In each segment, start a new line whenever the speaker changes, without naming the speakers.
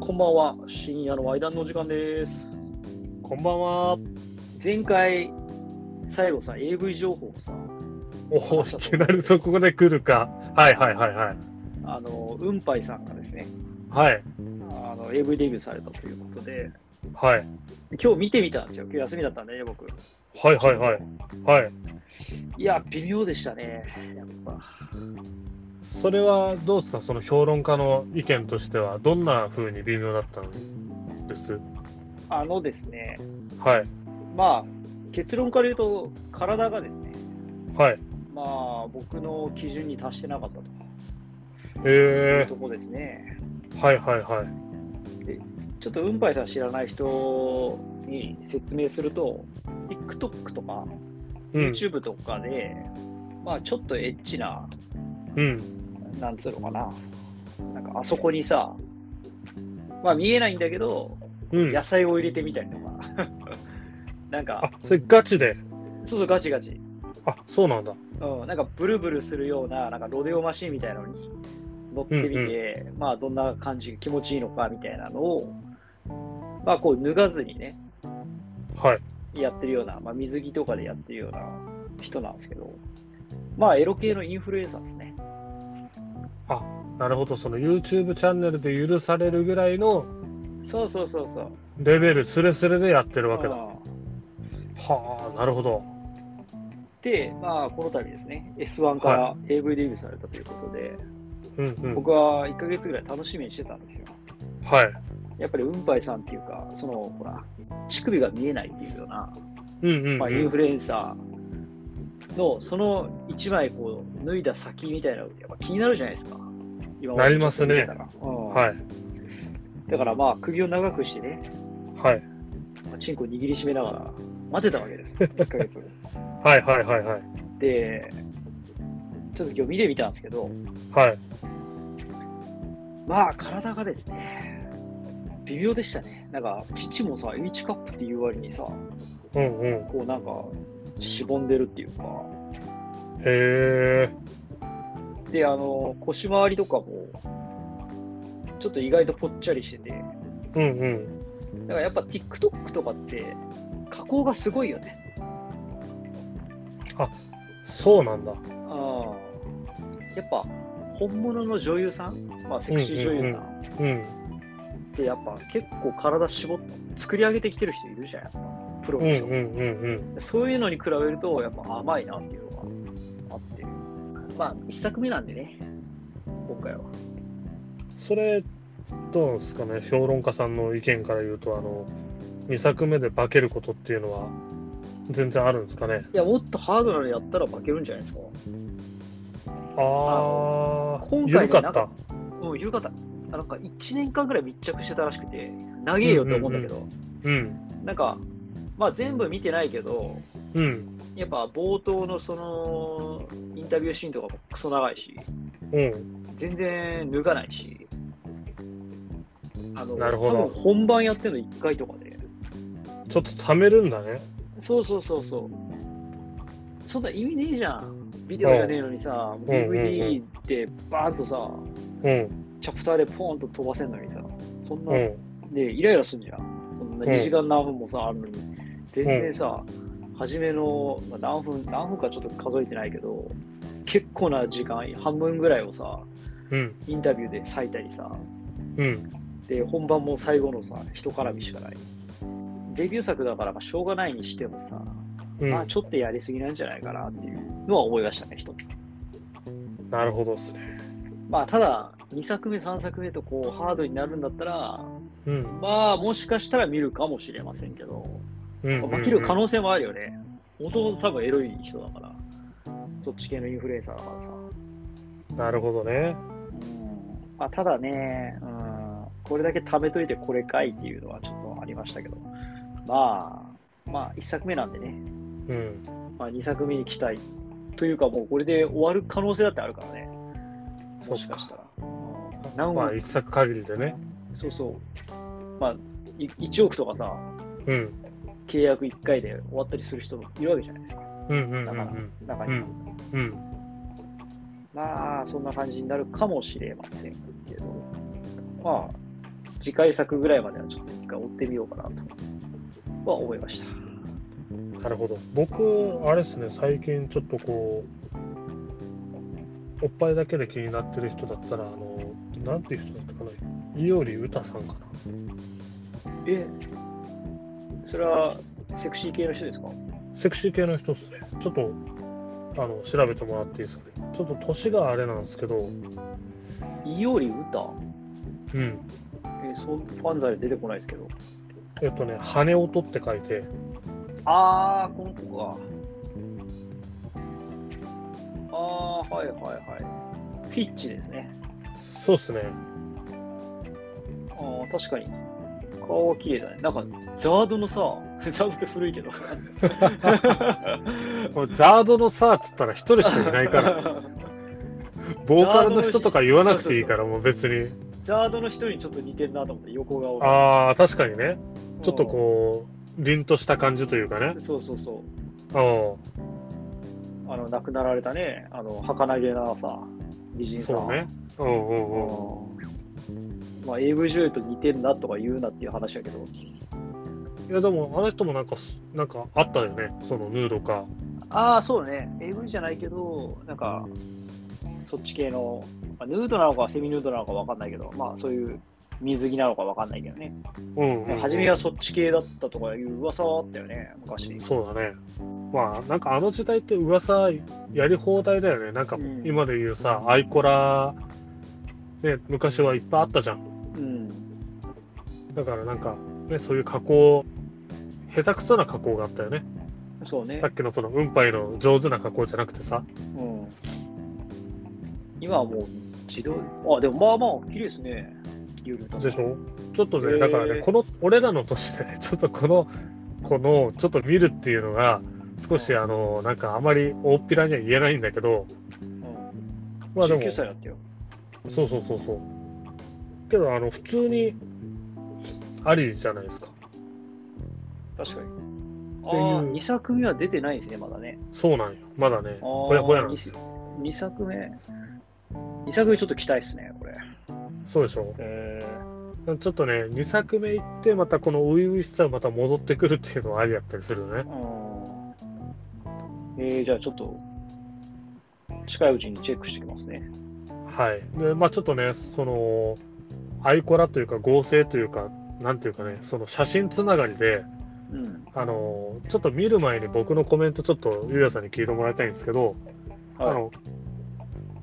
こんばんは。深夜のワイダンのお時間です。
こんばんは。
前回、最後さ、AV 情報をさ、
おお、いきなりそこで来るか。はいはいはいはい。
あの、うんぱいさんがですね、
はい
あの AV デビューされたということで、
はい
今日見てみたんですよ。今日休みだったんでね、僕。
はいはいはい。はい。
いや、微妙でしたね。やっぱ。
それはどうですかその評論家の意見としては、どんな風に微妙だったんです
あのですね、
はい
まあ、結論から言うと、体がですね、
はい。
まあ、僕の基準に達してなかったという
え
とこですね。
ー、はいはいはい。
ちょっとうんぱいさん知らない人に説明すると、TikTok とか、
うん。
YouTube とかで、まあちょっとエッチな、
うん。
なんつうのかな、なんかあそこにさ、まあ見えないんだけど、
うん。
野
あ、
菜を入れてみたりとか、 なんか、
それガチで。
そうそうガチガチ、
あ、そうなんだ。
うん、なんかブルブルするような、なんかロデオマシンみたいなのに乗ってみて、まあどんな感じ、気持ちいいのかみたいなのを、まあこう脱がずにね、
はい。
やってるような、まあ水着とかでやってるような人なんですけど、まあエロ系のインフルエンサーですね。
なるほど。その YouTube チャンネルで許されるぐらいの
そうそうそうそう。
レベルスレスレでやってるわけだ。
うん
はあ、なるほど。
で、まあ、この度ですね、S1 から AV デビューされたということで、
うんうん。
僕は1ヶ月ぐらい楽しみにしてたんですよ。
はい。
やっぱり、うんぱいさんっていうか、その、ほら、乳首が見えないっていうような、
うんうん、うん。
まあ、インフルエンサーの、その1枚、こう、脱いだ先みたいなのって、やっぱ気になるじゃないですか。今
なりますね
見てたらうん
はい。
だから、まあ、首を長くしてね、
はい。
まあチンコ握りしめながら待ってたわけです、1ヶ月。
はいはいはいはい。
で、ちょっと今日見てみたんですけど、
はい。
まあ体がですね、微妙でしたね。なんか、父もさ、H カップっていう割にさ、こ
うんうん。
うなんか、しぼんでるっていうか、
へえ。
で、あの、腰回りとかも、ちょっと意外とぽっちゃりしてて、だ
うんうん。
からやっぱ TikTok とかって、加工がすごいよね。
そうなんだ。
うん。やっぱ、本物の女優さん、まあ、セクシー女優さん
うん。
って、やっぱ結構体絞っ作り上げてきてる人いるじゃん、やっぱ、プロ
うんう
の
ん
人。
うん
そういうのに比べると、やっぱ甘いなっていうのがあって、まあ、一作目なんでね、今回は。
うん。それ、どうですかね、評論家さんの意見から言うと、あの、2作目で化けることっていうのは、全然あるんですかね。
いや、もっとハードなのやったら負けるんじゃないですか。
ああ、
今回ね
緩か
な
っ
んか
た。
もう、ゆるかった。あなんか、1年間ぐらい密着してたらしくて、長えよと思うんだけど、
うん。
なんか、まあ、全部見てないけど、
うん。
やっぱ冒頭のその、インタビューシーンとかもクソ長いし、
うん。
全然脱がないし、あの、
なるほど
多分本番やってるの1回とかで、
ちょっと貯めるんだね。
そうそうそうそう。そんな意味ねえじゃん。ビデオじゃねえのにさ、
うんうんうん
DVD でバーンとさ、
うん。
チャプターでポーンと飛ばせんのにさ、そんな、
う
ね
ん。
イライラすんじゃん。そんな
うん
2時間何分もさ、あるのに、全然さ、初めの、まあ何分、何分かちょっと数えてないけど、結構な時間、半分ぐらいをさ、
うん。
インタビューで割いたりさ、
うん。
で、本番も最後のさ、人絡みしかない。デビュー作だから、まあ、しょうがないにしてもさ、
うん
まあちょっとやりすぎなんじゃないかなっていうのは思いましたね、一つ。
なるほどですね。
まあただ、2作目、3作目とこうハードになるんだったら、
うん。
まあもしかしたら見るかもしれませんけど、
うん。
まあ、
うん
見る可能性もあるよね。もともと多分エロい人だから、そっち系のインフルエンサーだからさ。
なるほどね。
うんまあ、ただね、うん、これだけ貯めといてこれかいっていうのはちょっとありましたけど、まあ、まあ1作目なんでね、
うん。
まあ、2作目に期待というか、もうこれで終わる可能性だってあるからね。もしかしたら。何
まあ、
億、
一作限りでね。
そうそう。まあ、い1億とかさ、
うん。
契約1回で終わったりする人もいるわけじゃないですか、
うんうんうん
だか
う
ら
ん。
中には。
うん。
まあ、そんな感じになるかもしれませんけど、まあ、次回作ぐらいまではちょっと一回追ってみようかなとは思いました。
なるほど。僕、あれですね、最近ちょっとこう、おっぱいだけで気になってる人だったら、あの、なんていう人だったかな、いおりうたさんか
えそれはセクシー系の人ですか
な。セクシー系の人っすね。ちょっと、あの、調べてもらっていいですかね。ちょっと年があれなんですけど、
イオリ歌
うん。
えー、そうファンザで出てこないですけど。
えっとね、羽音って書いて、
あー、この子か。あー、はいはいはい。フィッチですね。
そうっすね。
あー、確かに。顔は綺麗だね。なんか、ザードのさ、 ザードって古いけど。
これザードのさーっつったら一人しかいない から、ボーカルの人とか言わなくていいから、もう別に。
ザードの人にちょっと似てんなと思って、横顔が。
ああ、確かにね。ちょっとこう、凛とした感じというかね
うん。。そうそうそう。
うん。
あの亡くなられたね、あの儚げなさ、美人さん。
そうね。うんう
うん
うん。
まあ、AV 女優と似てんなとか言うなっていう話だけど。
いやでも、あの人もなんかす、なんかあったよね。そのヌードか。
ああ、そうね。AV じゃないけど、なんか、そっち系の、まあ、ヌードなのかセミヌードなのかわかんないけど、まあそういう水着なのかわかんないけどね。
うん、うん。
初めはそっち系だったとかいう噂はあったよね、昔。
そうだね。まあ、なんかあの時代って噂やり放題だよね。なんか
うん
今で言うさ、アイコラ、ね、昔はいっぱいあったじゃん。
うん。
だからなんか、ね、そういう加工、下手くそな加工があったよね。
そうね
さっ。きのその運杯の上手な加工じゃなくてさ。
うん。今はもう自動、あ、でもまあまあ、綺麗ですね。ゆるた
でしょちょっと
へ
ね、
ー
だからね、この、俺らの年でね、 ちょっとこの、この、ちょっと見るっていうのが、少しあの、なんかあまり大っぴらには言えないんだけど、
うん。
まあでも、
19歳
そう
だったよ。
そうそうそう。けど、あの、普通に、ありじゃないですか。
確かに。
っていう
ああ、2作目は出てないですね、まだね。
そうなんよ。まだね、
あ
ほやほやなんです。
2, 作目。2作目ちょっと期待ですね、これ。
そうでしょ
え
ちょっとね、2作目行って、またこの初々しさまた戻ってくるっていうのはありやったりするよね。
えー、じゃあちょっと、近いうちにチェックしてきますね。
はい。で、まあちょっとね、その、アイコラというか合成というか、なんていうかね、その写真つながりで、
うん。
あの、ちょっと見る前に僕のコメントちょっとゆうやさんに聞いてもらいたいんですけど、あ
はい。
の、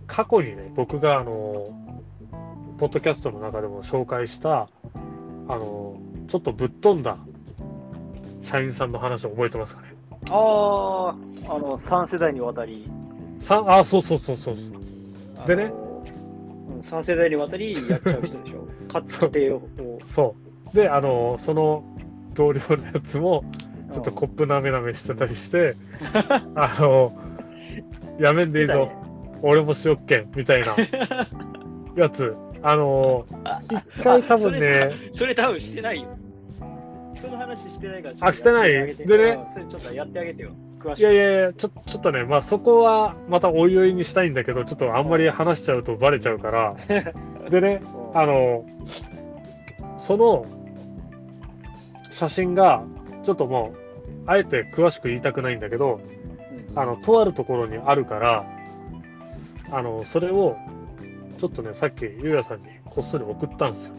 過去にね、僕があの、ポッドキャストの中でも紹介した、あの、ちょっとぶっ飛んだ社員さんの話を覚えてますかね。
ああ、あの、3世代にわたり。
さん、あ、そうそうそうそうそう。
あの
でね。
うん、3世代にわたりやっちゃう人で しょ。勝つ家庭を。ち
そう。で、あの、その同僚のやつも、ちょっとコップなめなめしてたりして、あの、やめんでいいぞ、俺もしよっけん、みた いなやつ。あの、一回多分ね、
それ多分してないよ。その話してないからちょっと
あしてない
やってあげて
でね。
うんそれちょっとやってあげてよ。詳し
いやいやいや、ちょちょっとね、まあそこはまたおいおいにしたいんだけど、ちょっとあんまり話しちゃうとバレちゃ うから。でね、
うん
あの、その写真が、ちょっともう、あえて詳しく言いたくないんだけど、
うん
あの、とあるところにあるから、あの、それを、ちょっとね、さっき、ゆうやさんにこっそり送ったんですよ。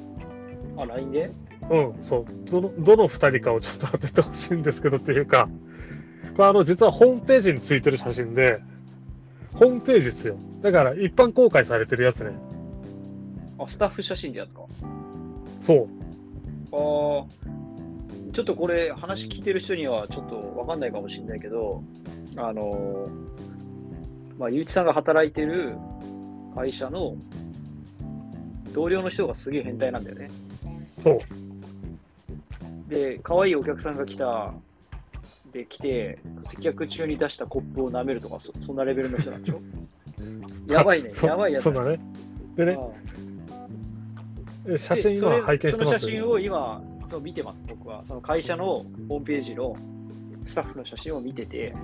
あ、LINE で
うん、そう。どの、どの二人かをちょっと当ててほしいんですけどっていうか、これあの、実はホームページについてる写真で、ホームページですよ。だから、一般公開されてるやつね。
あ、スタッフ写真ってやつか。あ
そう。
ーちょっとこれ、話聞いてる人にはちょっとわかんないかもしれないけど、あのーまあ、ゆういちさんが働いてる会社の同僚の人がすげえ変態なんだよね。
そう。
で、可愛いお客さんが来た、で、来て、接客中に出したコップを舐めるとか、そそんなレベルの人なんでし ょやばいね、
そ
やばいやつ
そ
だ
う
ね。
だね。でね、え写真今拝見して
それその
ま
写
す
真
よ。
を今そう見てます僕はその会社のホームページのスタッフの写真を見てて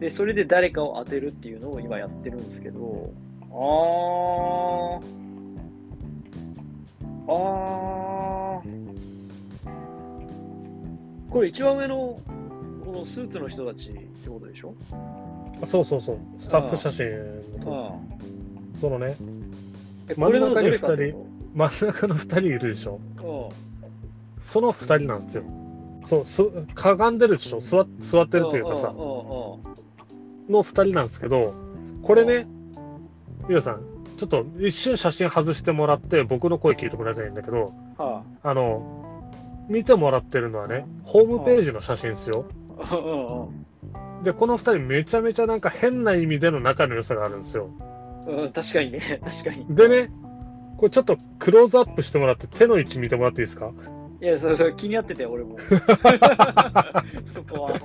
でそれで誰かを当てるっていうのを今やってるんですけどあーあこれ一番上のこのスーツの人たちってことでしょ
あそうそうそう、スタッフ写真と、
う
そのね、
ん。え、
真
これ
ん
が
中
ど
に
れかってこ
真ん中の2人いるでしょ。
と
その2人なんですよ。そうすかがんでるでしょ座っ座って
うん。
るというかさ
んうんうん
の2人なんですけどこれねゆうさんちょっと一瞬写真外してもらって僕の声聞いてもらいたいんだけど
は
あの見てもらってるのはねホームページの写真ですよ
あ。うんうん
でこの2人めちゃめちゃなんか変な意味での仲の良さがあるんですよ
うんうん。確かにね、 確かに。
でねこれちょっとクローズアップしてもらって手の位置見てもらっていいですか
いや、それ、それ気になってて、俺 も。そこは。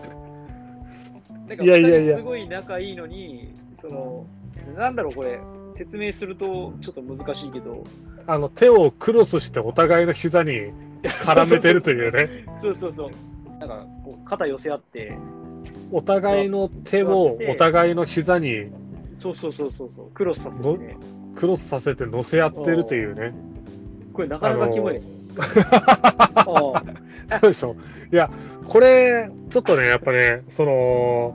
なんか、
いやいやい
二
や
人すごい仲いいのに、その、なんだろう、これ、説明するとちょっと難しいけど、
あの手をクロスしてお互いの膝に絡めてるというね
そうそうそう。なんか、こう、肩寄せ合って、
お互いの手をお互いの膝に
そうそうそうそうそう、クロスさせてね。
クロスさせて乗せ合ってるというね。
これ、なかなかキモい。あー
そうでしょ。いや、これ、ちょっとね、やっぱね、その、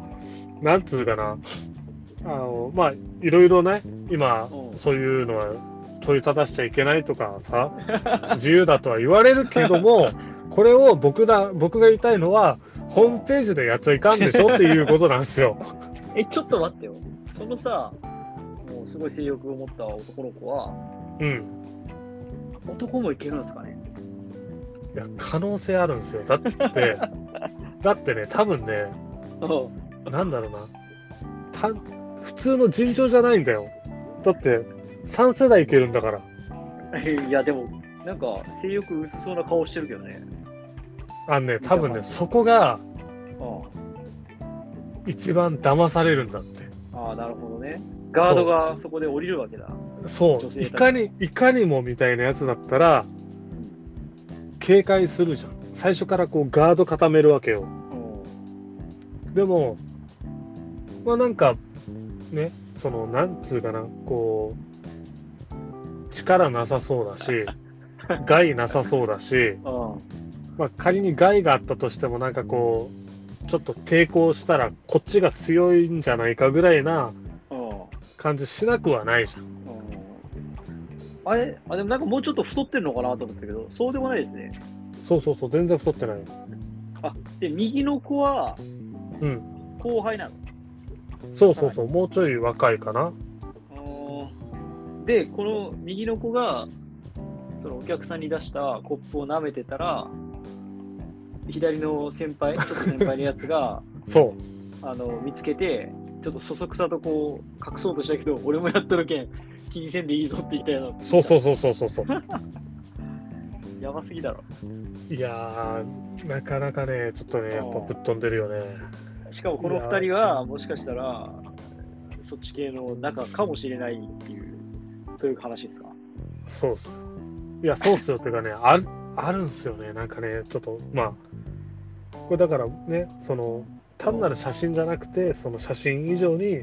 なんつうかな、あの、まあ、いろいろね、今、
うん
そういうのは問いただしちゃいけないとかさ、自由だとは言われるけ ども、これを僕だ僕が言いたいのは、ホームページでやっちゃいかんでしょっていうことなんですよ。
え、ちょっと待ってよ。そのさ、もうすごい性欲を持った男の子は、
うん。
男もいけるんですかね
いや、可能性あるんですよ。だって、 だってね、多分ね、
うん
なんだろうなた普通の尋常じゃないんだよだって3世代いけるんだから
いやでもなんか性欲薄そうな顔してるけどね。
あのね多分ねそこが
うん、
一番騙されるんだって
ああなるほどね。ガードがそこで降りるわけだ。
そ
女性
う
だ
いかにいかにもみたいなやつだったら警戒するじゃん最初からこうガード固めるわけよ
うん
でもまあなんかねそのなんつうかなこう力なさそうだし害なさそうだし
うん
まあ、仮に害があったとしてもなんかこうちょっと抵抗したらこっちが強いんじゃないかぐらいな
うん
感じしなくはないじゃん
あれあでもなんかもうちょっと太ってるのかなと思ったけどそうでもないですね。
そうそうそう全然太ってない
で右の子は
うん
後輩なの。
そうそうそうもうちょい若いかな
うんでこの右の子がそのお客さんに出したコップを舐めてたら左の先輩ちょっと先輩のやつが。
そ
あの見つけて、ちょっとそそくさとこう隠そうとしたけど、俺もやっとるけん、気にせんでいいぞって言ったよ
うそうそうそうそうそうそう
うな、やばすぎだろ。
いやーなかなかねちょっとねやっぱぶっ飛んでるよね
しかもこの2人は、もしかしたら、そっち系の仲かもしれないっていう、そういう話ですか。
そうっすいやそうっすよっていうかねあるあるんすよねなんかねちょっとまあこれだからねその単なる写真じゃなくてその写真以上に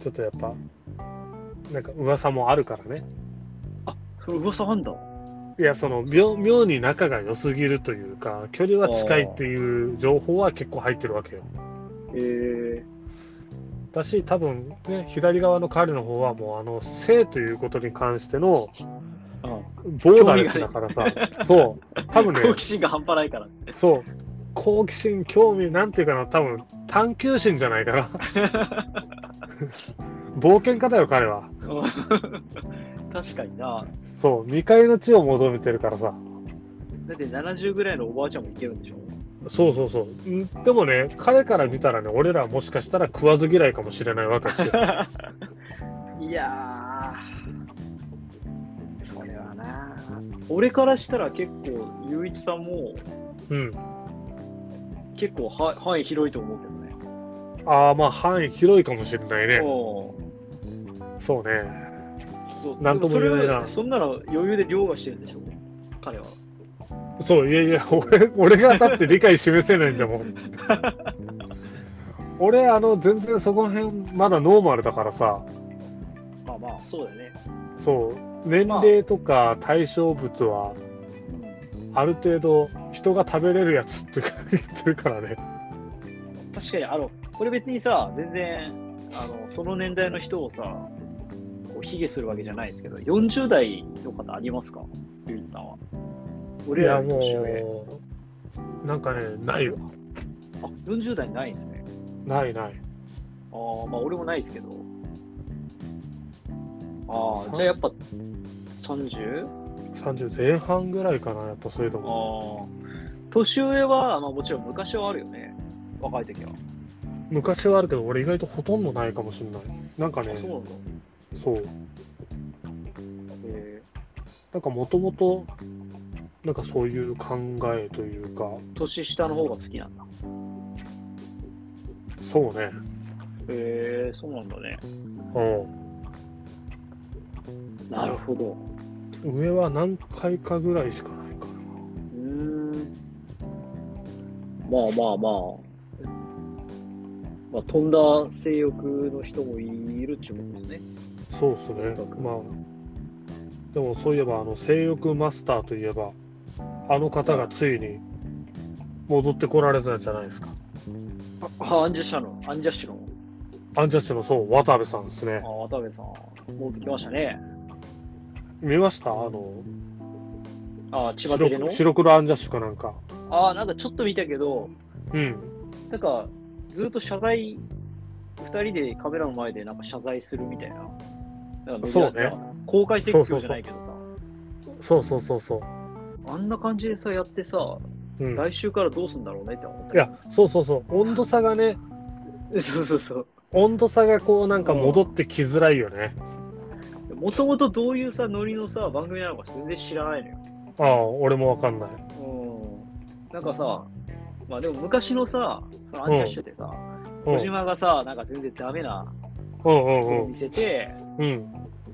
ちょっとやっぱなんか噂もあるからね
その噂あんだ。
いやその妙妙に仲が良すぎるというか距離は近いっていう情報は結構入ってるわけよ
えー、
だし多分ね左側の彼の方はもうあの性ということに関しての
うん
ボーダレスだからさそう多分ね
好奇心が半端ないから。
そう好奇心興味なんていうかな多分探求心じゃないかな冒険家だよ彼は
うん 確かにな。
そう未開の地を求めてるからさ
だって70ぐらいのおばあちゃんもいけるんでしょ。
そうそうそうんでもね彼から見たらね俺らはもしかしたら食わず嫌いかもしれないわけですよ
いやー、それはな。俺からしたら結構、ゆういちさんも
うん
結構は範囲広いと思うけどね。
ああまあ範囲広いかもしれないね
う
そうね
ん。そう
なんとも言えないな
でそれはそんなの余裕で凌駕してるんでしょ、彼は。
そういやいや俺俺がだって理解示せないんだもん俺あの全然そこら辺まだノーマルだからさ
まあまあ、そうだよね。
そう年齢とか対象物は
うん
ある程度人が食べれるやつって言ってるからね。
確かに、あの、これ別にさ、全然、あの、その年代の人をさ、こう、卑下するわけじゃないですけど、40代の方ありますかゆうじさんは。俺らの年上。
う、なんかね、ないわ。
あ、40代ないんですね。
ないな
あ
い。
あ、まあ俺もないですけど。ああ、じゃあやっぱ 30?
30前半ぐらいかな、やっぱそういうの
あ
も。
あ。年上は、まあもちろん昔はあるよね。若い時は。
昔はあるけど、俺意外とほとんどないかもしれない。なんかね
あ、そうなんだ。
そう。
え
なんかもともと、なんかそういう考えというか、
ー、年下の方が好きなんだ。
そうね。
えー、そうなんだね。
う
なるほど。
ん。上は何回かぐらいしかないか
うーん。まあまあまあ。まあ、飛んだ性欲の人もいるっちゅうことですね。
な。そうっすね。まあ。でもそういえば、あの、性欲マスターといえば、あの方がついに戻ってこられたんじゃないですか。
あ、アンジャッシュの、アンジャッシュの、
アンジャッシュのそう、渡部さんですね
あ。渡部さん、戻ってきましたね。
見ましたあの、
あ、千葉テレ
白
の
黒。白黒アンジャッシュかなんか。
あ、なんかちょっと見たけど、
うん。
なんか、ずっと謝罪、二人でカメラの前でなんか謝罪するみたいな。なんか
そうね。
公開説教じゃないけどさ。
そうそうそうそ
あんな感じでさ、やってさ、
う。うん、
来週からどうすんだろうねって思った。
いや、そうそうそう。温度差がね、
そうそうそう。
温度差がこうなんか戻ってきづらいよね。
もともとどういうさ、ノリのさ、番組なのか全然知らないのよ。
ああ、俺もわかんない。
うん。なんかさ、まあでも昔のさ、そのアンジャッシュってさ、
うん
小島がさ、なんか全然ダメな
うんう
とこ
ん
を
うん
見せて、
うん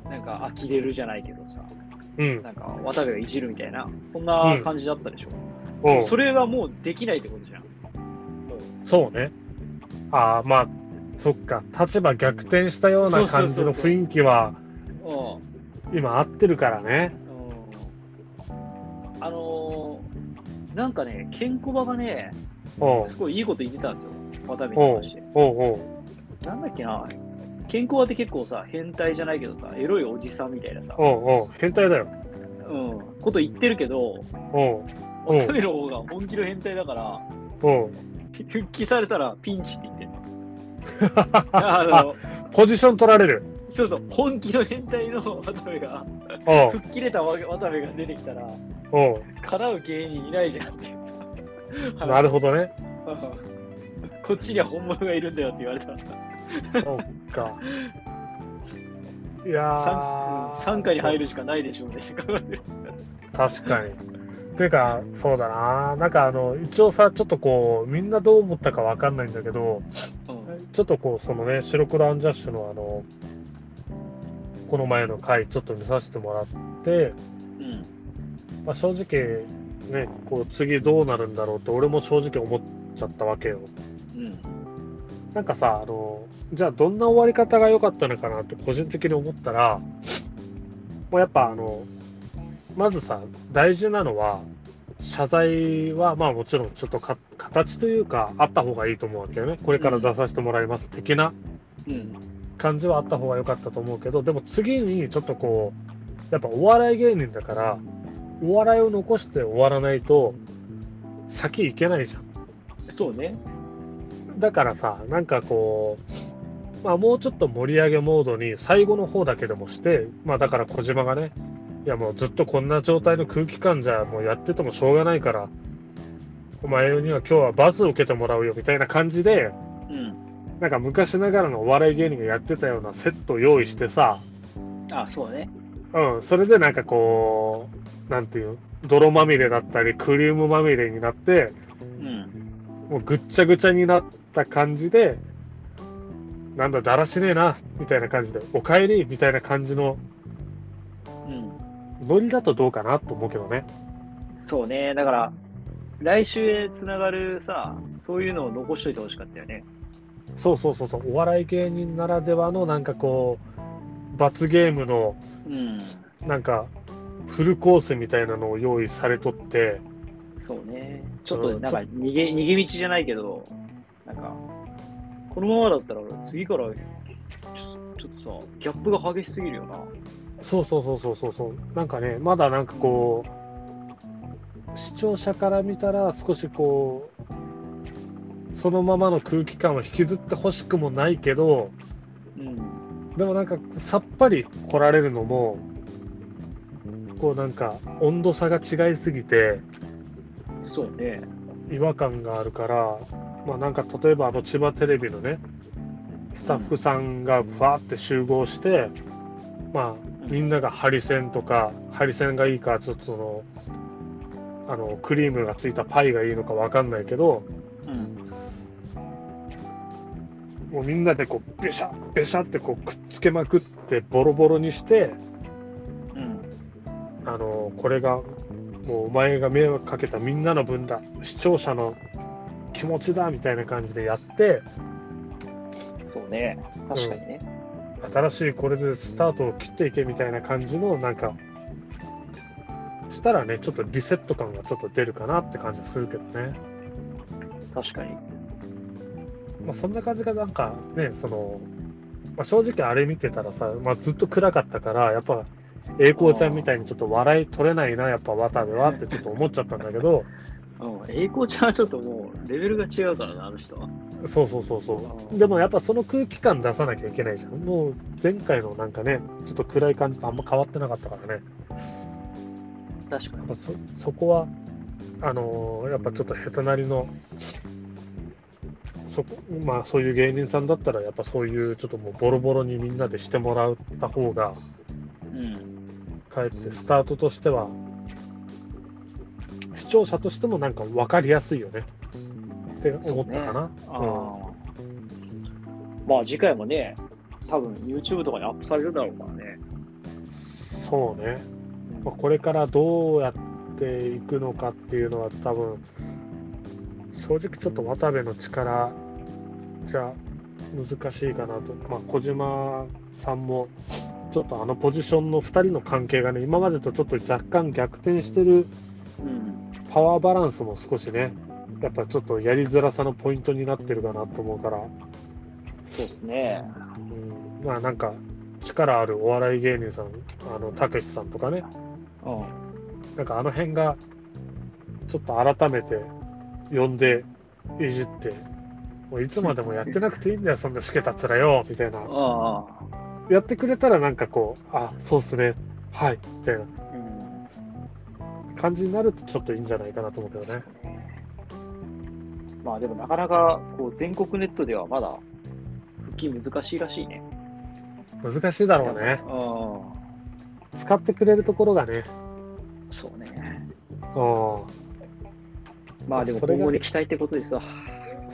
なんか呆れるじゃないけどさ、
うん
なんか渡部がいじるみたいな、そんな感じだったでしょ。
うん
それがもうできないってことじゃん。
そうね。ああ、まあ、そっか。立場逆転したような感じの雰囲気は
うん。
今合ってるからね。
うんあのーなんかね、ケンコバがね、
おう
すごいいいこと言ってたんですよ、渡部に
おう
関して。
おうおう
なんだっけな、健康はって結構さ、変態じゃないけどさ、エロいおじさんみたいなさ、
おうおう変態だよ。
うん、こと言ってるけど、
おううん
乙女の方が本気の変態だから、
おう
復帰されたらピンチって言ってる。 あの
ポジション取られる。
そうそう、本気の変態の渡部が、
おう
吹っ切れたわ渡部が出てきた ら、
おう
叶う芸人いないじゃんって言った。
なるほどね。
うん こっちには本物がいるんだよって言われた。
そっか。いやー、
傘下に入るしかないでしょうね、って言われて
確かに。ていうか、そうだな、なんかあの、一応さ、ちょっとこう、みんなどう思ったかわかんないんだけど、
うん
ちょっとこう、そのね、白黒アンジャッシュのあの、この前の回、ちょっと見させてもらって、
うん
まあ、正直、ね、こう、次どうなるんだろうって、俺も正直思っちゃったわけよ。
うん
なんかさ、あの、じゃあどんな終わり方が良かったのかなって個人的に思ったら、もうやっぱあの、まずさ、大事なのは、謝罪はまあもちろんちょっとか形というかあった方がいいと思うわけよね。これから出させてもらいます的な
うん
感じはあった方が良かったと思うけど、でも次にちょっとこう、やっぱお笑い芸人だから、お笑いを残して終わらないと、先行けないじゃん。
そうね。
だからさ、なんかこう、まあ、もうちょっと盛り上げモードに最後の方だけでもして、まあ、だから小島がね、いやもうずっとこんな状態の空気感じゃもうやっててもしょうがないから、お前には今日は罰を受けてもらうよみたいな感じで、
うん。
なんか昔ながらのお笑い芸人がやってたようなセットを用意してさ、
あ、そうね。
うん、それでなんかこう、なんていう、泥まみれだったり、クリームまみれになって、
うん。
もうぐっちゃぐちゃになった感じで、なんだ、だらしねえな、みたいな感じで、おかえり、みたいな感じの
うん。
ノリだとどうかなと思うけどね。
そうね。だから、来週へつながるさ、そういうのを残しといてほしかったよね。
そうそうそうそう、お笑い芸人ならではの、なんかこう、罰ゲームの、
うん。
なんか、フルコースみたいなのを用意されとって、
そうね。ちょっとねなんか逃げ、逃げ道じゃないけど、なんか、このままだったら俺次からちょ、ちょっとさ、ギャップが激しすぎるよな。
そうそうそうそうそうそうなんかねまだなんかこう視聴者から見たら少しこうそのままの空気感を引きずってほしくもないけど
うん。
でもなんかさっぱり来られるのもこうなんか温度差が違いすぎて
そうね。
違和感があるからまあなんか例えばあの千葉テレビのねスタッフさんがふわーって集合して、まあみんながハリセンとかハリセンがいいかちょっとそのあのクリームがついたパイがいいのかわかんないけど
うん。
もうみんなでこうベシャベシャってこうくっつけまくってボロボロにして
うん。
あのこれがもうお前が迷惑かけたみんなの分だ視聴者の気持ちだみたいな感じでやって
そうね。確かにね。
新しいこれでスタートを切っていけみたいな感じのなんかしたらねちょっとリセット感がちょっと出るかなって感じがするけどね、
確かに。
まあ、そんな感じがなんかねその、まあ、正直あれ見てたらさ、まあ、ずっと暗かったからやっぱ栄光ちゃんみたいにちょっと笑い取れないなやっぱ渡部はってちょっと思っちゃったんだけど
うん。栄光ちゃんはちょっともう、レベルが違うからな、あの人は。
そうそうそうそうでもやっぱその空気感出さなきゃいけないじゃんもう前回のなんかねちょっと暗い感じとあんま変わってなかったからね
確かに
や。っぱそそこはあのーやっぱちょっと下手なりのそこまあそういう芸人さんだったらやっぱそういうちょっともうボロボロにみんなでしてもらった方が
うん。
かえってスタートとしては視聴者としてもなんか分かりやすいよねって思ったかな、
ああ。まあ次回もね、多分 YouTube とかにアップされるだろうからね。
そうね、まあ、これからどうやっていくのかっていうのは多分正直ちょっと渡部の力じゃ難しいかなと、まあ、小島さんもちょっとあのポジションの2人の関係がね今までとちょっと若干逆転してる
うん。
パワーバランスも少しねやっぱちょっとやりづらさのポイントになってるかなと思うから、
そうですね。
うん、まあなんか力あるお笑い芸人さんあのたけしさんとかね
うん。
なんかあの辺が、ちょっと改めて呼んで、いじって、もういつまでもやってなくていいんだよ、そんなしけたつらよ、みたいな。
ああ。
やってくれたらなんかこう、あ、そうっすね、はい、みたいな
うん。
感じになるとちょっといいんじゃないかなと思うけどね。
まあでもなかなかこう全国ネットではまだ復帰難しいらしいね。
難しいだろうね。
う
使ってくれるところがね、
ん。そうね。
うん、
まあでも
それ
今
が
後に期待ってことですわ。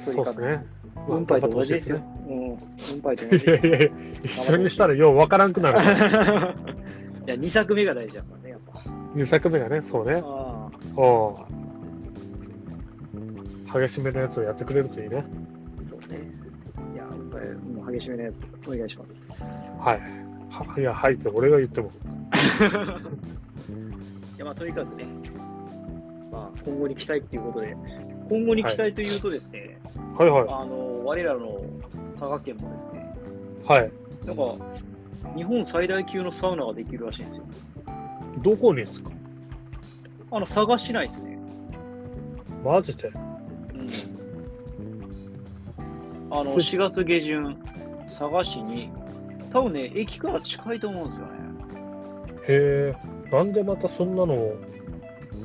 そうですね。
運パイと同じですよ。うん。運パイと同じ
い。や いやいや、一緒にしたらようわからんくなる。
いや、2作目が大事だからね、やっぱ。
2作目がね、そうね。
あ
うん。激しめのやつをやってくれるといいね。
あ、そうね。いや、今回、もう激しめのやつ、お願いします。
はい。はいや、はいって俺が言っても。
いや、まあ、とにかくね、まあ、今後に期待っていうことで、今後に期待というとですね、
はいは
あの、我らの佐賀県もですね、
い。はい。
なんか、日本最大級のサウナができるらしいんですよ。
どこにですか
あの、佐賀市内ですね。
マジで
うん。あの、4
す
月下旬、佐賀市に、多分ね、駅から近いと思うんですよね。
へえ。なんでまたそんなのを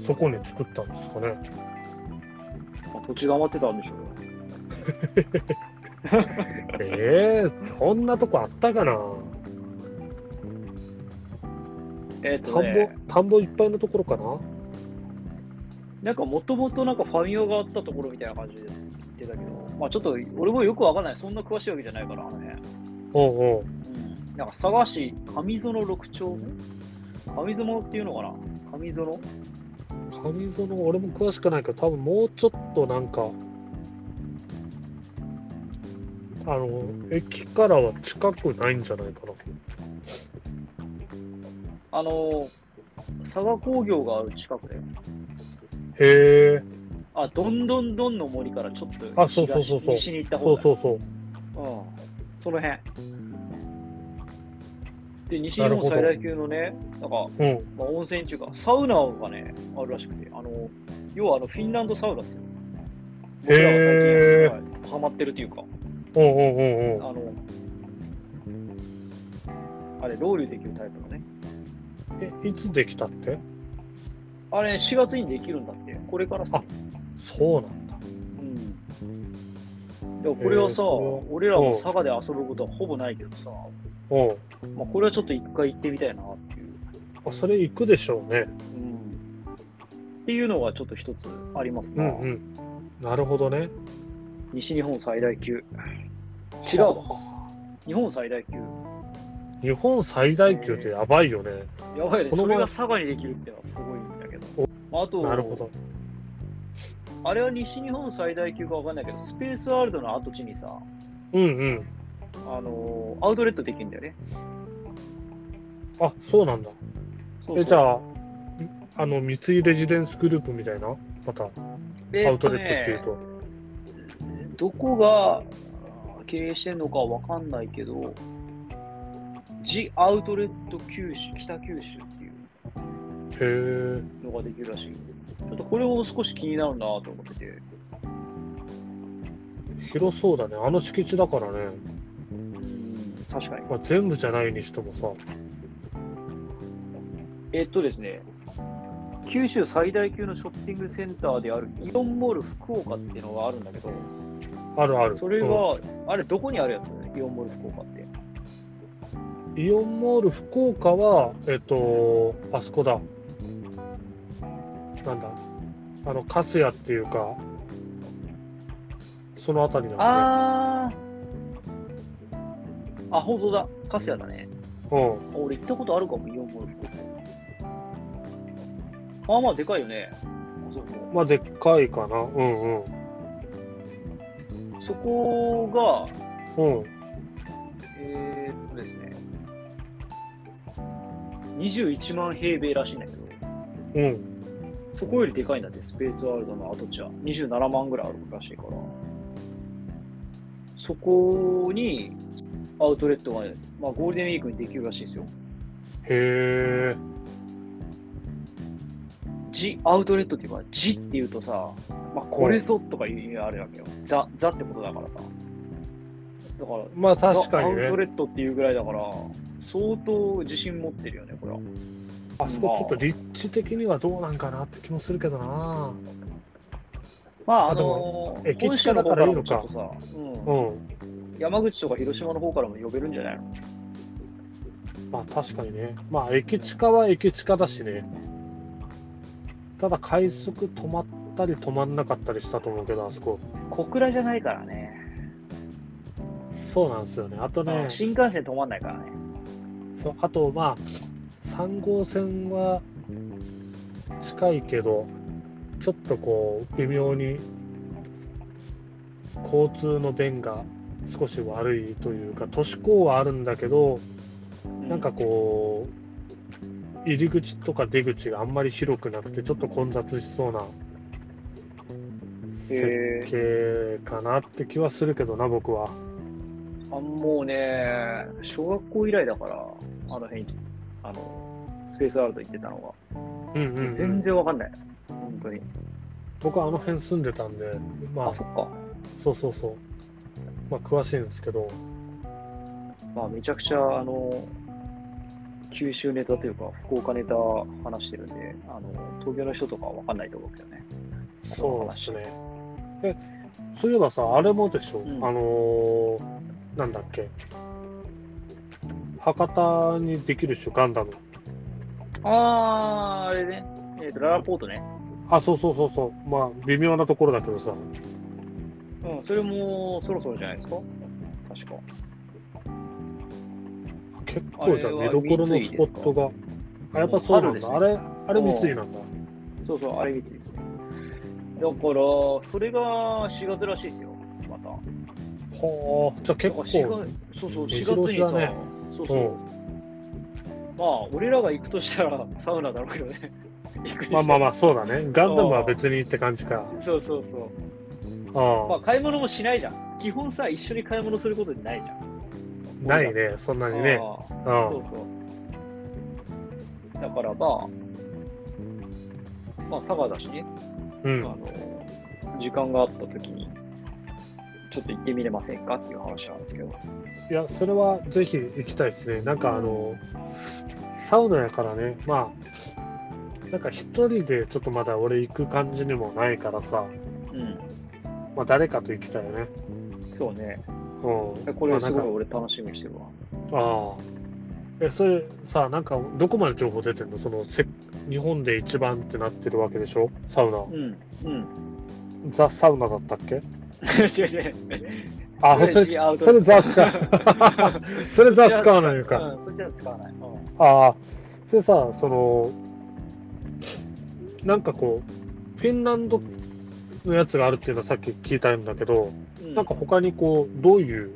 そこに作ったんですかね
まあ、土地が余ってたんでしょうよ。
ええそんなとこあったかな
えっ、
田ん
とね、
ぼ、田んぼいっぱいのところかな
なんかもともとなんかファミオがあったところみたいな感じで言ってたけど、まあちょっと俺もよくわかんない、そんな詳しいわけじゃないから、あのね。
おうおう。
うん。なんか佐賀市上園六丁目上園っていうのかな上園
上園、俺も詳しくないけど、多分もうちょっとなんか、あの、駅からは近くないんじゃないかな。
あのー佐賀工業がある近くだよ。
へえ。
あ、どんどんどんの森からちょっと
あそうそうそうそう
東西に行った
そ
方
う
が
そうそう。
うん、その辺。で、西日本最大級のね、なんか、
うん。
まあ、温泉っていうか、サウナがね、あるらしくて、あの、要はあのフィンランドサウナっすよ。僕ら
へー
は最近、はいハマってるというか、
おうおうお
あ
うおう。
の、あれ、ロウリュできるタイプのね。
え、いつできたって
あれ、4月にできるんだって、これからさ
あ。そうなんだ。
うん。でもこれはさ、
へーそれは
俺らも佐賀で遊ぶことはほぼないけどさ、
おう
まあ、これはちょっと一回行ってみたいなっていう。
あ、それ行くでしょうね。
うんっていうのがちょっと一つあります
う
な、
んうん。なるほどね。
西日本最大級。違う
は
日本最大級。
あ日本最大級ってやばいよね。
やばいね。
この
そ
前
れが佐賀にできるってのはすごいんだけど。まああと、
なるほど。
あれは西日本最大級かわかんないけど、スペースワールドの跡地にさ、
うんうん。
あのーアウトレットできるんだよね。
あ、そうなんだ。
そ
え、じゃあ、あの、三井レジデンスグループみたいなまた、アウトレットってい
と、え
うと。
っとねどこがあー経営してんのかわかんないけど、ジアウトレット九州、北九州っていう。
へえ。
のができるらしい。ちょっとこれも少し気になるなと思ってて。
広そうだね。あの敷地だからね。
うん、確かに。
まあ、全部じゃないにしてもさ。
えっとですね、九州最大級のショッピングセンターであるイオンモール福岡っていうのがあるんだけど、
あるある。
それは、あれどこにあるやつイオンモール福岡って。
うん、イオンモール福岡は、えっと、あそこだ。なんだ。あの、カスヤっていうか、そのあたりなんだね。
あー。あ、本当だ。カスヤだね。
うん。
俺行ったことあるかも、イオンモール福岡。まあまあでかいよね。あそこも。
まあ、でっかいかな。うんうん。
そこが、
うん。
えーっとですね、21万平米らしいんだけど、
うん。
そこよりでかいんだって、スペースワールドの跡地は。27万ぐらいあるらしいから。そこにアウトレットが、まあ、ゴールデンウィークにできるらしいですよ。
へえ。
ジアウトレットっていうか、ジっていうとさ、まあ、これぞとかいう意味があるわけよ。ザ、ザってことだからさ。だから、
まあ、確かに
ザアウ
ね
ト。レットっていうぐらいだから、相当自信持ってるよね、これは。
あそこちょっと立地的にはどうなんかなって気もするけどな。
まあ、あ
あで
のー、
駅
本州
近
の方
だ
か
かららいい
も
の
ちょ
か
っとさ、
う。
うんん、山口とか広島の方からも呼べるんじゃないの
まあ確かにね。まあ駅近は駅近だしね。ただ快速止まったり止まんなかったりしたと思うけど、あそこ。
小倉じゃないからね。
そうなんですよね。あとね、
新幹線止まんないからね。
そうあとまあ、3号線は近いけど、ちょっとこう、微妙に交通の便が少し悪いというか、都市高はあるんだけど、なんかこう、入り口とか出口があんまり広くなくて、ちょっと混雑しそうな
うん、えー
系かなって気はするけどな、僕は。
あもうね、小学校以来だから、あの辺、あの、スペースワールド行ってたの
うんうんう
が。
ん
全然わかんない。本当に。
僕はあの辺住んでたんで、ま
あ、
あ、
そっか。
そうそうそう。まあ、詳しいんですけど、
まあ、めちゃくちゃ、あの、九州ネタというか、福岡ネタ話してるんで、あの、東京の人とかはわかんないと思うけどね。
そうですね。え、そういえばさ、あれもでしょ、
うん
あのーなんだっけ。博多にできるでしょ、ガンダム。
あー、あれね。えっ、と、ララポートね。
あ、そうそうそうそう。まあ、微妙なところだけどさ。
うん、それもそろそろじゃないですか確か。
結構じゃ
あ
あ
れは
見どころのスポットが。あ、やっぱそうなんだ。あ
春
れ、あれ三井なんだ。
そうそう、あれ道ですね。だから、それが4月らしいですよ、また。
はあ、じゃあ結
だから四
構。
月そうそう、
目
4
白
月
押し
にさ、
だね
そう
う
そ
ん
う、まあ、俺らが行くとしたらサウナだろうけどね。 行くにして
まあ
も
まあまあ、そうだね。ガンダムは別にって感じか。
そうそうそう。
あ
ま
あ
あ、買い物もしないじゃん。基本さ、一緒に買い物することにないじゃん。
ないね、そんなにね。
あ
う
あそ
ん
うそう。だからまあ、まあ、佐賀だしね、
う
あ
ん。
の、時間があったときに、ちょっと行ってみれませんかっていう話なんですけど。
いや、それはぜひ行きたいですね。なんかあの、サウナやからね、まあ、なんか一人でちょっとまだ俺行く感じにもないからさ、
うん、
まあ誰かと行きたいよね。
そうね。
うん。
これすごい
まあなんか
俺楽しみにしてるわ。
ああ。え、それさ、なんかどこまで情報出てんのそのせ日本で一番ってなってるわけでしょサウナ。
うん、うん。
ザ・サウナだったっけ
違う違 う。
あ、
そ
そ
れ
れ、
違うアウト
それザか。 それザ使わないのか。
うん、そっちは使わない。うん
ああ、それさ、その、なんかこう、フィンランドのやつがあるっていうのはさっき聞いたんだけど、
う
なんか他にこう、どういう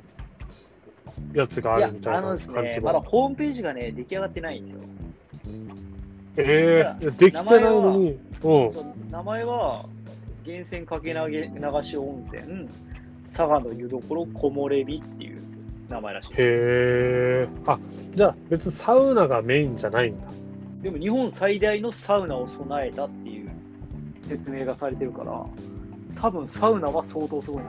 やつがあ
いや
るみたい
あ
な
の
感
で
じ
す
は。
ね、まだホームページがね、出来上がってないんですよ。
ええできてないのに、うん。
そう名前は、源泉かけ流げ流し温泉、佐賀の湯どころ木漏れ日っていう名前らしいです
へえ。あ、じゃあ別にサウナがメインじゃないんだ。
でも日本最大のサウナを備えたっていう説明がされてるから、多分サウナは相当すごいな。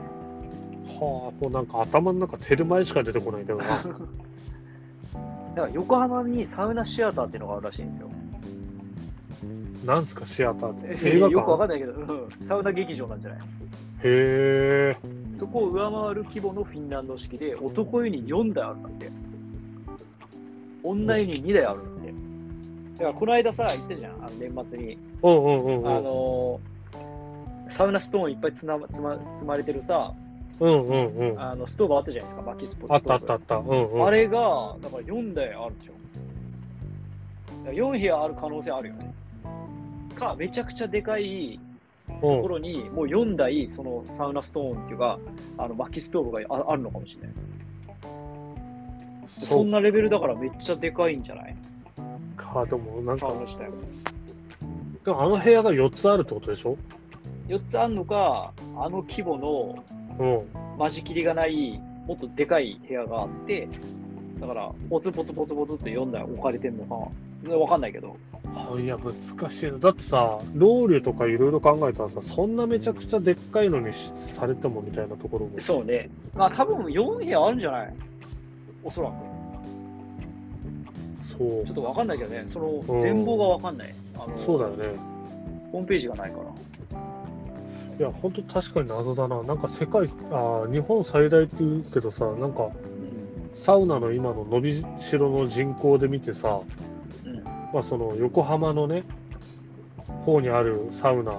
はあ、もうなんか頭の中、テルマエしか出てこないけど な。
だから横浜にサウナシアターっていうのがあるらしいんですよ。
なんすか、シアターって。映画
よくわ
館
かんないけど、うんサウナ劇場なんじゃない
へえ。
そこを上回る規模のフィンランド式で、男湯に4台あるんだって。女湯に2台あるんだって。だから、この間さ、言ったじゃん、あの年末に。
うんうんうん
あ
うん。
のーサウナストーンいっぱいつなつま積まれてるさ、
うんうんうん。
あのストーブあったじゃないですか、薪スポッ
あっ
ト。
たあったあった。うんうん、
あれが、だから4台あるでしょ。だから4部屋ある可能性あるよね。か、めちゃくちゃでかい
うん
ところに、もう4台、そのサウナストーンっていうか、あの薪ストーブがああるのかもしれない。
そ
そん
う
なレベルだからめっちゃでかいんじゃない
か、でもなん
サ
か、
ウナ自体も。
でもあの部屋が4つあるってことでしょ
4つあんのか、あの規模の
うん。
間仕切りがない、もっとでかい部屋があって、だから、ポツポツポツポツって4台置かれてんのか、わかんないけど、
あいや、難しいな。だってさ、ロウリュとかいろいろ考えたらさ、そんなめちゃくちゃでっかいのにしされてもみたいなところも。
そうね。まあ、多分4部屋あるんじゃないおそらく。
そう
ちょっとわかんないけどね、その
うん
全貌がわかんない。あの
そうだよね。
ホームページがないから。
いや、本当確かに謎だな。なんか世界、あー日本最大って言うけどさ、なんか
うん。
サウナの今の伸びしろの人口で見てさ、
うん。
まあ、その横浜のね方にあるサウナ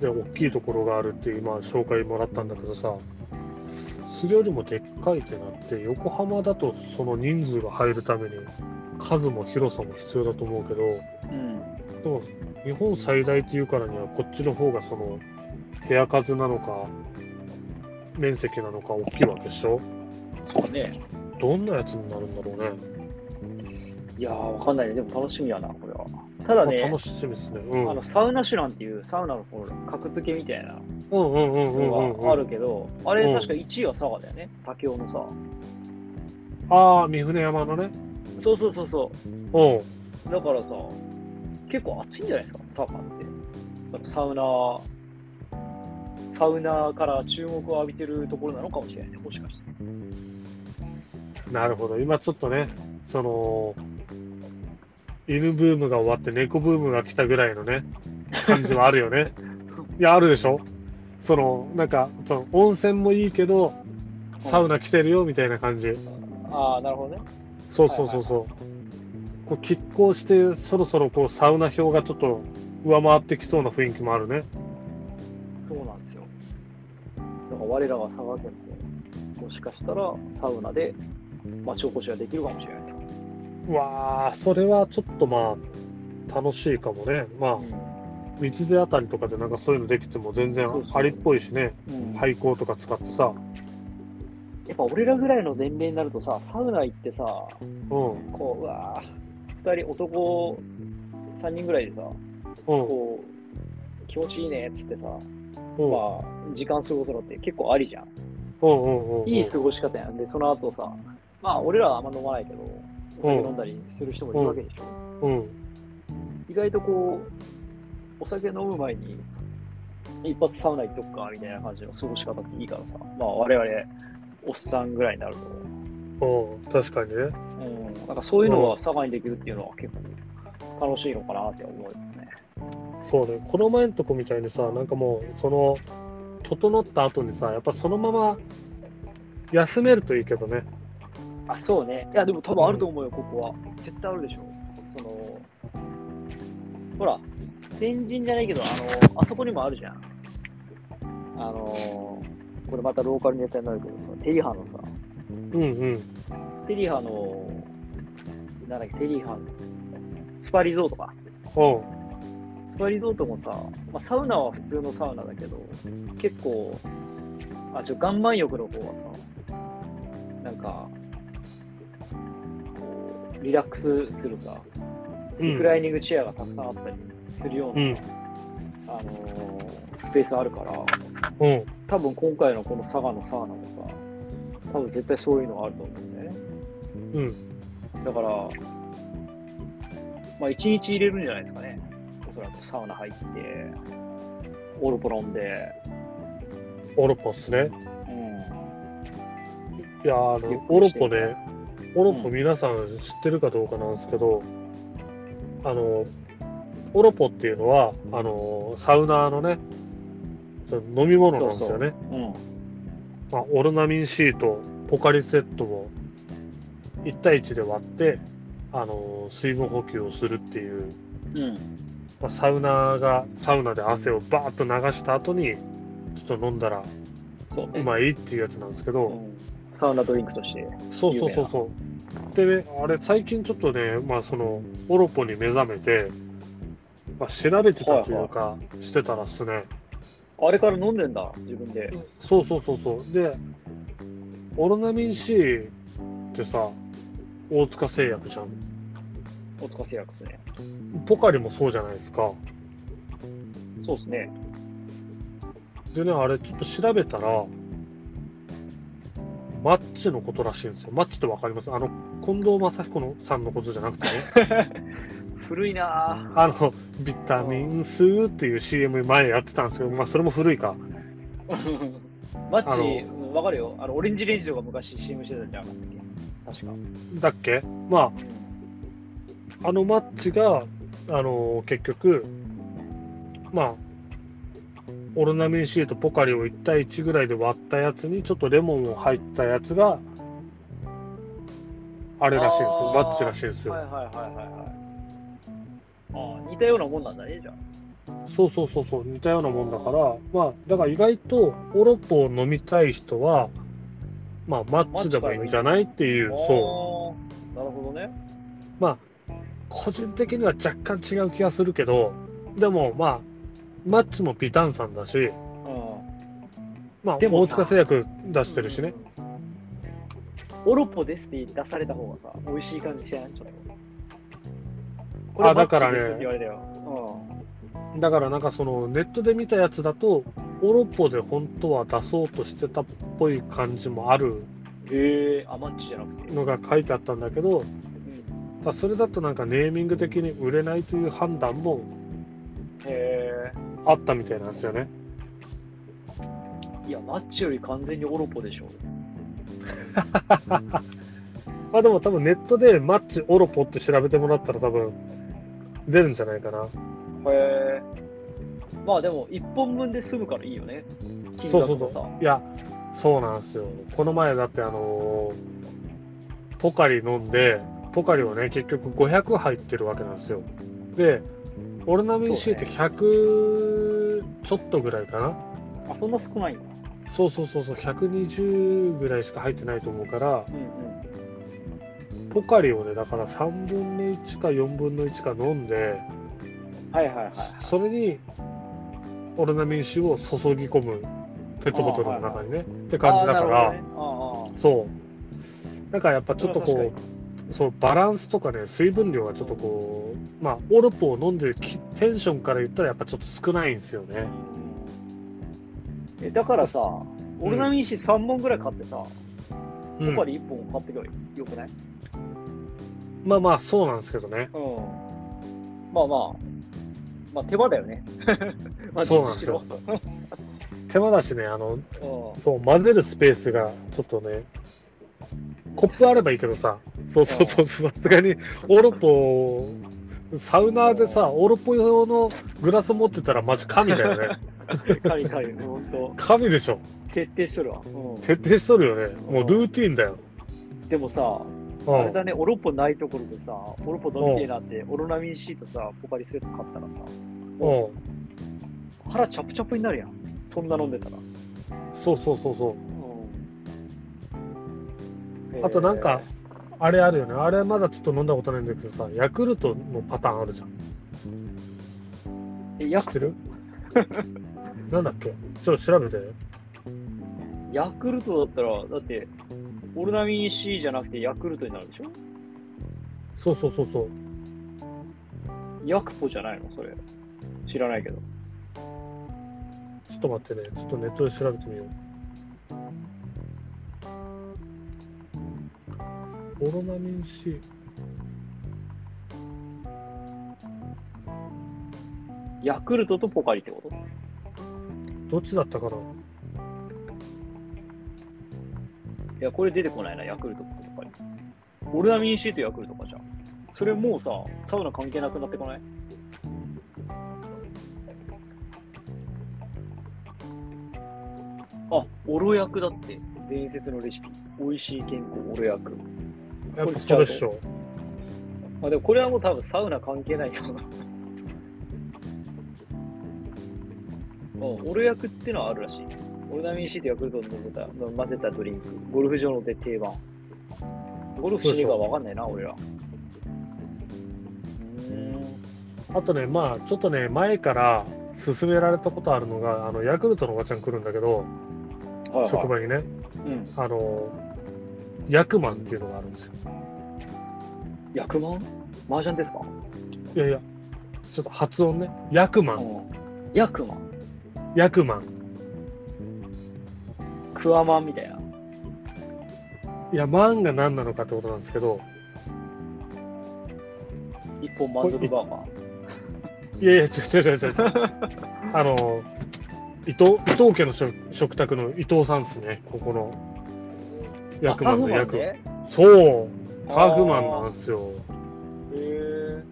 で大きいところがあるっていう今紹介もらったんだけどさそれよりもでっかいってなって横浜だとその人数が入るために数も広さも必要だと思うけど
うん。
でも日本最大っていうからにはこっちの方がその部屋数なのか面積なのか大きいわけでしょ
そうね。
どんなやつになるんだろうね
いやー、わかんないね。でも楽しみやな、これは。ただ
まあ
ね
楽、しみですねうん
あのサウナシュランっていうサウナのこの格付けみたいな
うんうんうんうんうん
の
うん
があるけど、あ
う
れ
ん
確か1位は佐賀だよね、武雄のさ。
ああ、三船山のね。
そうそうそうそ
うん。
う。だからさ、結構暑いんじゃないですか、佐賀って。そのサウナ、サウナから注目を浴びてるところなのかもしれないね、もしかして。
なるほど。今ちょっとね、その、犬ブームが終わって猫ブームが来たぐらいのね、感じはあるよ ね。いや、あるでしょその、なんか、その温泉もいいけど、サウナ来てるよみたいな感じ。
ああ、なるほどね。
そうそうそうそう。こう拮抗して、そろそろこうサウナ表がちょっと上回ってきそうな雰囲気もあるね。
そうなんですよ。だから我らが佐賀県で、もしかしたらサウナで町おこしができるかもしれない。
うわあ、それはちょっとまあ、楽しいかもね。まあ、道であたりとかでなんかそういうのできても全然
そうそう
ありっぽいしね
うん
廃校とか使ってさ
やっぱ俺らぐらいの年齢になるとさ、サウナ行ってさ、
うん
こう、うわ2人、男3人ぐらいでさ、
うん。
こう、気持ちいいねっつってさ、ま
うん。
あ、時間過ごすのって結構ありじゃん。
うんうんうん。
いい過ごし方やん。で、その後さ、まあ、俺らはあんま飲まないけど、お酒飲んだりする人もいるわけでしょ。
うん。
意外とこう、お酒飲む前に、一発サウナ行っとくかみたいな感じの過ごし方っていいからさ、まあ我々、おっさんぐらいになると、
うん。確かにね。
うん、なんかそういうのが佐賀にできるっていうのは結構楽しいのかなって思うよね。
そうね。この前のとこみたいにさ、なんかもう、その、整った後にさ、やっぱそのまま休めるといいけどね。
あ、そうね。いや、でも多分あると思うよ、ここは。絶対あるでしょ。その、ほら、天神じゃないけど、あの、あそこにもあるじゃん。あの、これまたローカルネタになるけどさ、テリハのさ、
うんうん。
テリハの、なんだっけ、テリハの、スパリゾートか。
うん。
スパリゾートもさ、まあ、サウナは普通のサウナだけど、結構、あ、ちょ、岩盤浴の方はさ、なんか、こうリラックスするさ、
うん
リクライニングチェアがたくさんあったりするようなさ、あのースペースあるから、
うん。
多分今回のこの佐賀のサウナもさ、多分絶対そういうのがあると思うんだよね。
うん。
だから、まあ、1日入れるんじゃないですかね。おそらくサウナ入って、オルポ飲んで、
オロポっすね。
うん、
いやーあの、オロポね、オロポ皆さん知ってるかどうかなんですけど、あの、オロポっていうのは、あの、サウナーのね、その飲み物なんですよね。
うん、
まあ、オロナミン C とポカリセットを1対1で割って、あの、水分補給をするっていう、
うん、
まあ、サウナーが、サウナで汗をバーッと流した後に、ちょっと飲んだら
そうね
うまいっていうやつなんですけど、
うんサウナドリンクとして。
そうそうそうそう。でね、あれ、最近ちょっとね、まあ、その、オロポに目覚めて、まあ、調べてたというか、してたらっすね、
あれから飲んでんだ、自分で。
そうそうそうそう。で、オロナミン C ってさ、大塚製薬じゃん。
おつかせ薬ですね。
ポカリもそうじゃないですか。
そうですね。
でね、あれ、ちょっと調べたら、マッチのことらしいんですよ。マッチってわかりますあの、近藤正彦のさんのことじゃなくてね。
古いな
あの、ビタミンスっていう CM 前やってたんですけど、まあ、それも古いか。
ぁ。 マ
あ
ッチ、うんわかるよ。あの、オレンジレンジとか昔 CM してたじゃん。確か。
だっけまあ、あのマッチが、あの結局、まあ、オロナミン C とポカリを1対1ぐらいで割ったやつに、ちょっとレモンを入ったやつが、あ
あ
れらしいんですよ。マッチらしいんですよ。
はいはいはいはいはい。ああ、似たようなもんなんだね、じゃあ。
そうそうそうそう、似たようなもんだから、まあ、だから意外と、オロポを飲みたい人は、まあ、マッチでもいいんじゃないっていう、そう。
う。なるほどね。
個人的には若干違う気がするけどでもまあマッチもビタンさんだし、
う
まあ、
でも
大
さ
塚製薬出
ん。
してるしね。
オロポですって出された方がさ、美味しい感じしないちょっとこ
あだから
マッ
ね
チですって言われたよ。
だからなんかそのネットで見たやつだとオロポで本当は出そうとしてたっぽい感じもある
うん。へえ、あ、マッチじゃなくて。
のが書いてあったんだけど
うん
ただそれだとなんかネーミング的に売れないという判断も
へ
あったみたいなんですよね
え。いや、マッチより完全にオロポでしょ。
まあでも多分ネットでマッチオロポって調べてもらったら多分出るんじゃないか
へ
な
え。まあでも、1本分で済むからいいよね。金
そうそ
額
う
もさ。
そう。いや、そうなんですよ。この前だって、あのーポカリ飲んで、ポカリをね、結局500入ってるわけなんですよ。で、オルナミン C って
そう
100ちょっとぐらいかな。
あ、そんな少ないんだ。
そうそうそうそう、120ぐらいしか入ってないと思うから、
うんうん。
ポカリをね、だから3分の1か4分の1か飲んで、
はいはいはい。
それにオルナミン C を注ぎ込む、ペットボトルの中にね、って感じだから。
あーなるほどねあーあー
そう。なんかやっぱちょっとこう、そうバランスとかね水分量はちょっとこうまあオルポを飲んでるきテンションから言ったらやっぱちょっと少ないんですよね
えだからさ、オルナミン C 3本ぐらい買ってさ、
う
ポ
ん
カリ1本買ってくれよくない
まあまあそうなんですけどね
うん。まあまあ、まあ手間だよね。 まあ
そうなんですよ手間だしねあの
どっちしろ
そう混ぜるスペースがちょっとねコップあればいいけどさそうそうそうさすがにオルポサウナーでさオルポ用のグラス持ってたらマジ神だよ ね
うん。カリカリ、ほんと。
神でしょ
徹底しとるわ。う
徹底しとるよねもうルーティンだよ、
ん。でもさ、
う
あれ
ん、
だね、オロポないところでさ、オロポ飲みてえなって、オロナミン C とさ、ポカリスエット買ったらさ、
うん
腹チャプチャプになるやん。そんな飲んでたら。
そうそうそうそう
うん
あとなんか、あれあるよねあれまだちょっと飲んだことないんだけどさヤクルトのパターンあるじゃん
えーヤ
知っ
ク
てる なんだっけちょっと調べて
ヤクルトだったら、だって、オロナミン C じゃなくてヤクルトになるでしょ
そうそうそうそう
ヤクポじゃないのそれ。知らないけど。
ちょっと待ってね、ちょっとネットで調べてみよう。オロナミン C。
ヤクルトとポカリってこと
どっちだったかない
や、これ出てこないな、ヤクルトとポカリ。オルナミン C とヤクルトかじゃん。それもうさ、サウナ関係なくなってこないあ、オロ薬だって。伝説のレシピ。美味しい健康、オロ薬。
やっぱそれっしょ。
まあでもこれはもう多分サウナ関係ないよな。オル薬ってのはあるらしい。オルナミン C とヤクルトを飲めた混ぜたドリンク。ゴルフ場ので定番。ゴルフしねえかわかんないな、俺ら。うーん。
あとね、まあ、ちょっとね、前から勧められたことあるのが、あのヤクルトのおばちゃん来るんだけど、
はいはい
職場にね、
うん。
あの、ヤクマンっていうのがあるんですよ。
薬満麻雀ですか
いやいや、ちょっと発音ね、ヤクマ
う
ン、
ん。薬満
ヤクマン。
クワマンみたいな。
いや、マンが何なのかってことなんですけど、
一本満足バーガ
いやいや、違う違う 違う違う。あの、伊藤、伊藤家の食食卓の伊藤さんですね、ここの。
ー。
役満の
あカフマン
役。
ね
そう、ハーフマンなんですよ。
へー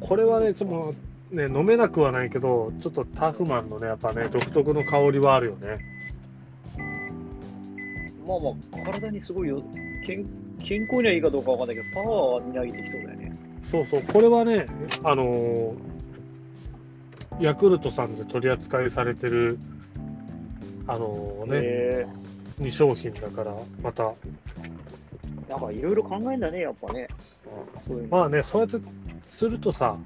これはね、ちょっとね、飲めなくはないけど、ちょっとタフマンのね、やっぱね、独特の香りはあるよね。
まあまあ、体にすごいよ健健康にはいいかどうかわかんないけど、パワーはみなぎってきそうだよね。
そうそう、これはね、あのーヤクルトさんで取り扱いされてる、あのーね、
え
2商品だから、また、
ー、なんかいろいろ考えんだね、やっぱね。そういうの。
まあね、そうやってするとさ、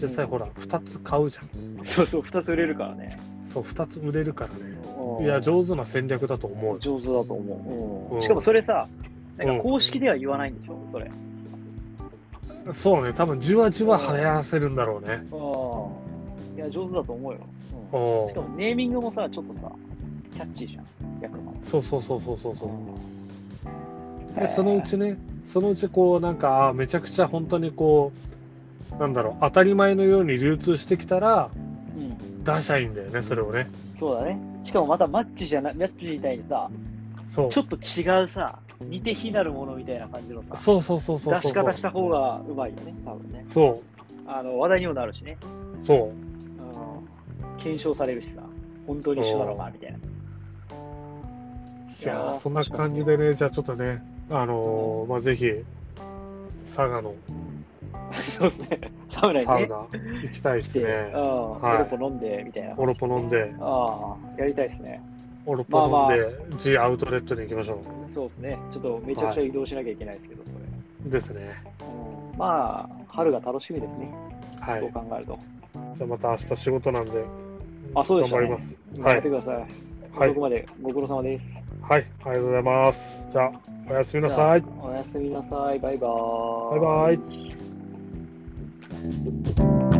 実際ほら、2つ買うじゃん。
そうそう、2つ売れるからね。
そう、2つ売れるからね。
うん
いや、上手な戦略だと思う。
上手だと思う、うん
うん
しかもそれさ、なん
うん
か公式では言わないんでしょ、それ。
そうね、多分じわじわ流行らせるんだろうね。
うん。いや、上手だと思うよ。う
う
ん
ん
しかもネーミングもさ、ちょっとさ、キャッチーじゃん、役満。
そうそうそうそうそうそうう。で、そのうちね、そのうちこう、なんか、あーめちゃくちゃ本当にこう、なんだろう、当たり前のように流通してきたら、
うん、
出しゃいいんだよね、それをね。
そうだね。しかもまたマッチじゃない、マッチみたいにさ、
そう。
ちょっと違うさ、似て非なるものみたいな感じのさ、
そうそうそうそうそう。
出し方した方がうまいよね、多分ね。
そ
あの話題にもなるしね、
う、そう。
うん、検証されるしさ、本当に一緒なのかみたいな。
いやーそんな感じでね、じゃあちょっとね、あのーまあ、ぜひ、佐賀の
そうですね、サムライ
サ
に
ウ
ね、
ナ行きたいで
来
す
て、
ね
う。ん、
はい
ヨーロッパ飲んでみたいな。
オロポ飲んで、
ああ、やりたいですね。
オロポ飲んで、G アウトレットに行きましょ
そうですね、ちょっとめちゃくちゃ移動しなきゃいけないですけど、それ。
う。ですね。
うんまあ、春が楽しみですね、
は
そう
い。
考えると。
じゃあまた明日仕事なんで、
あそうでしたね
頑張ります。
や
は
って
い。
ください。
はい
ここまでご苦労様です。
はい、ありがとうございます。じゃあ、おやすみなさい。
おやすみなさい。バイバー
バイバイ。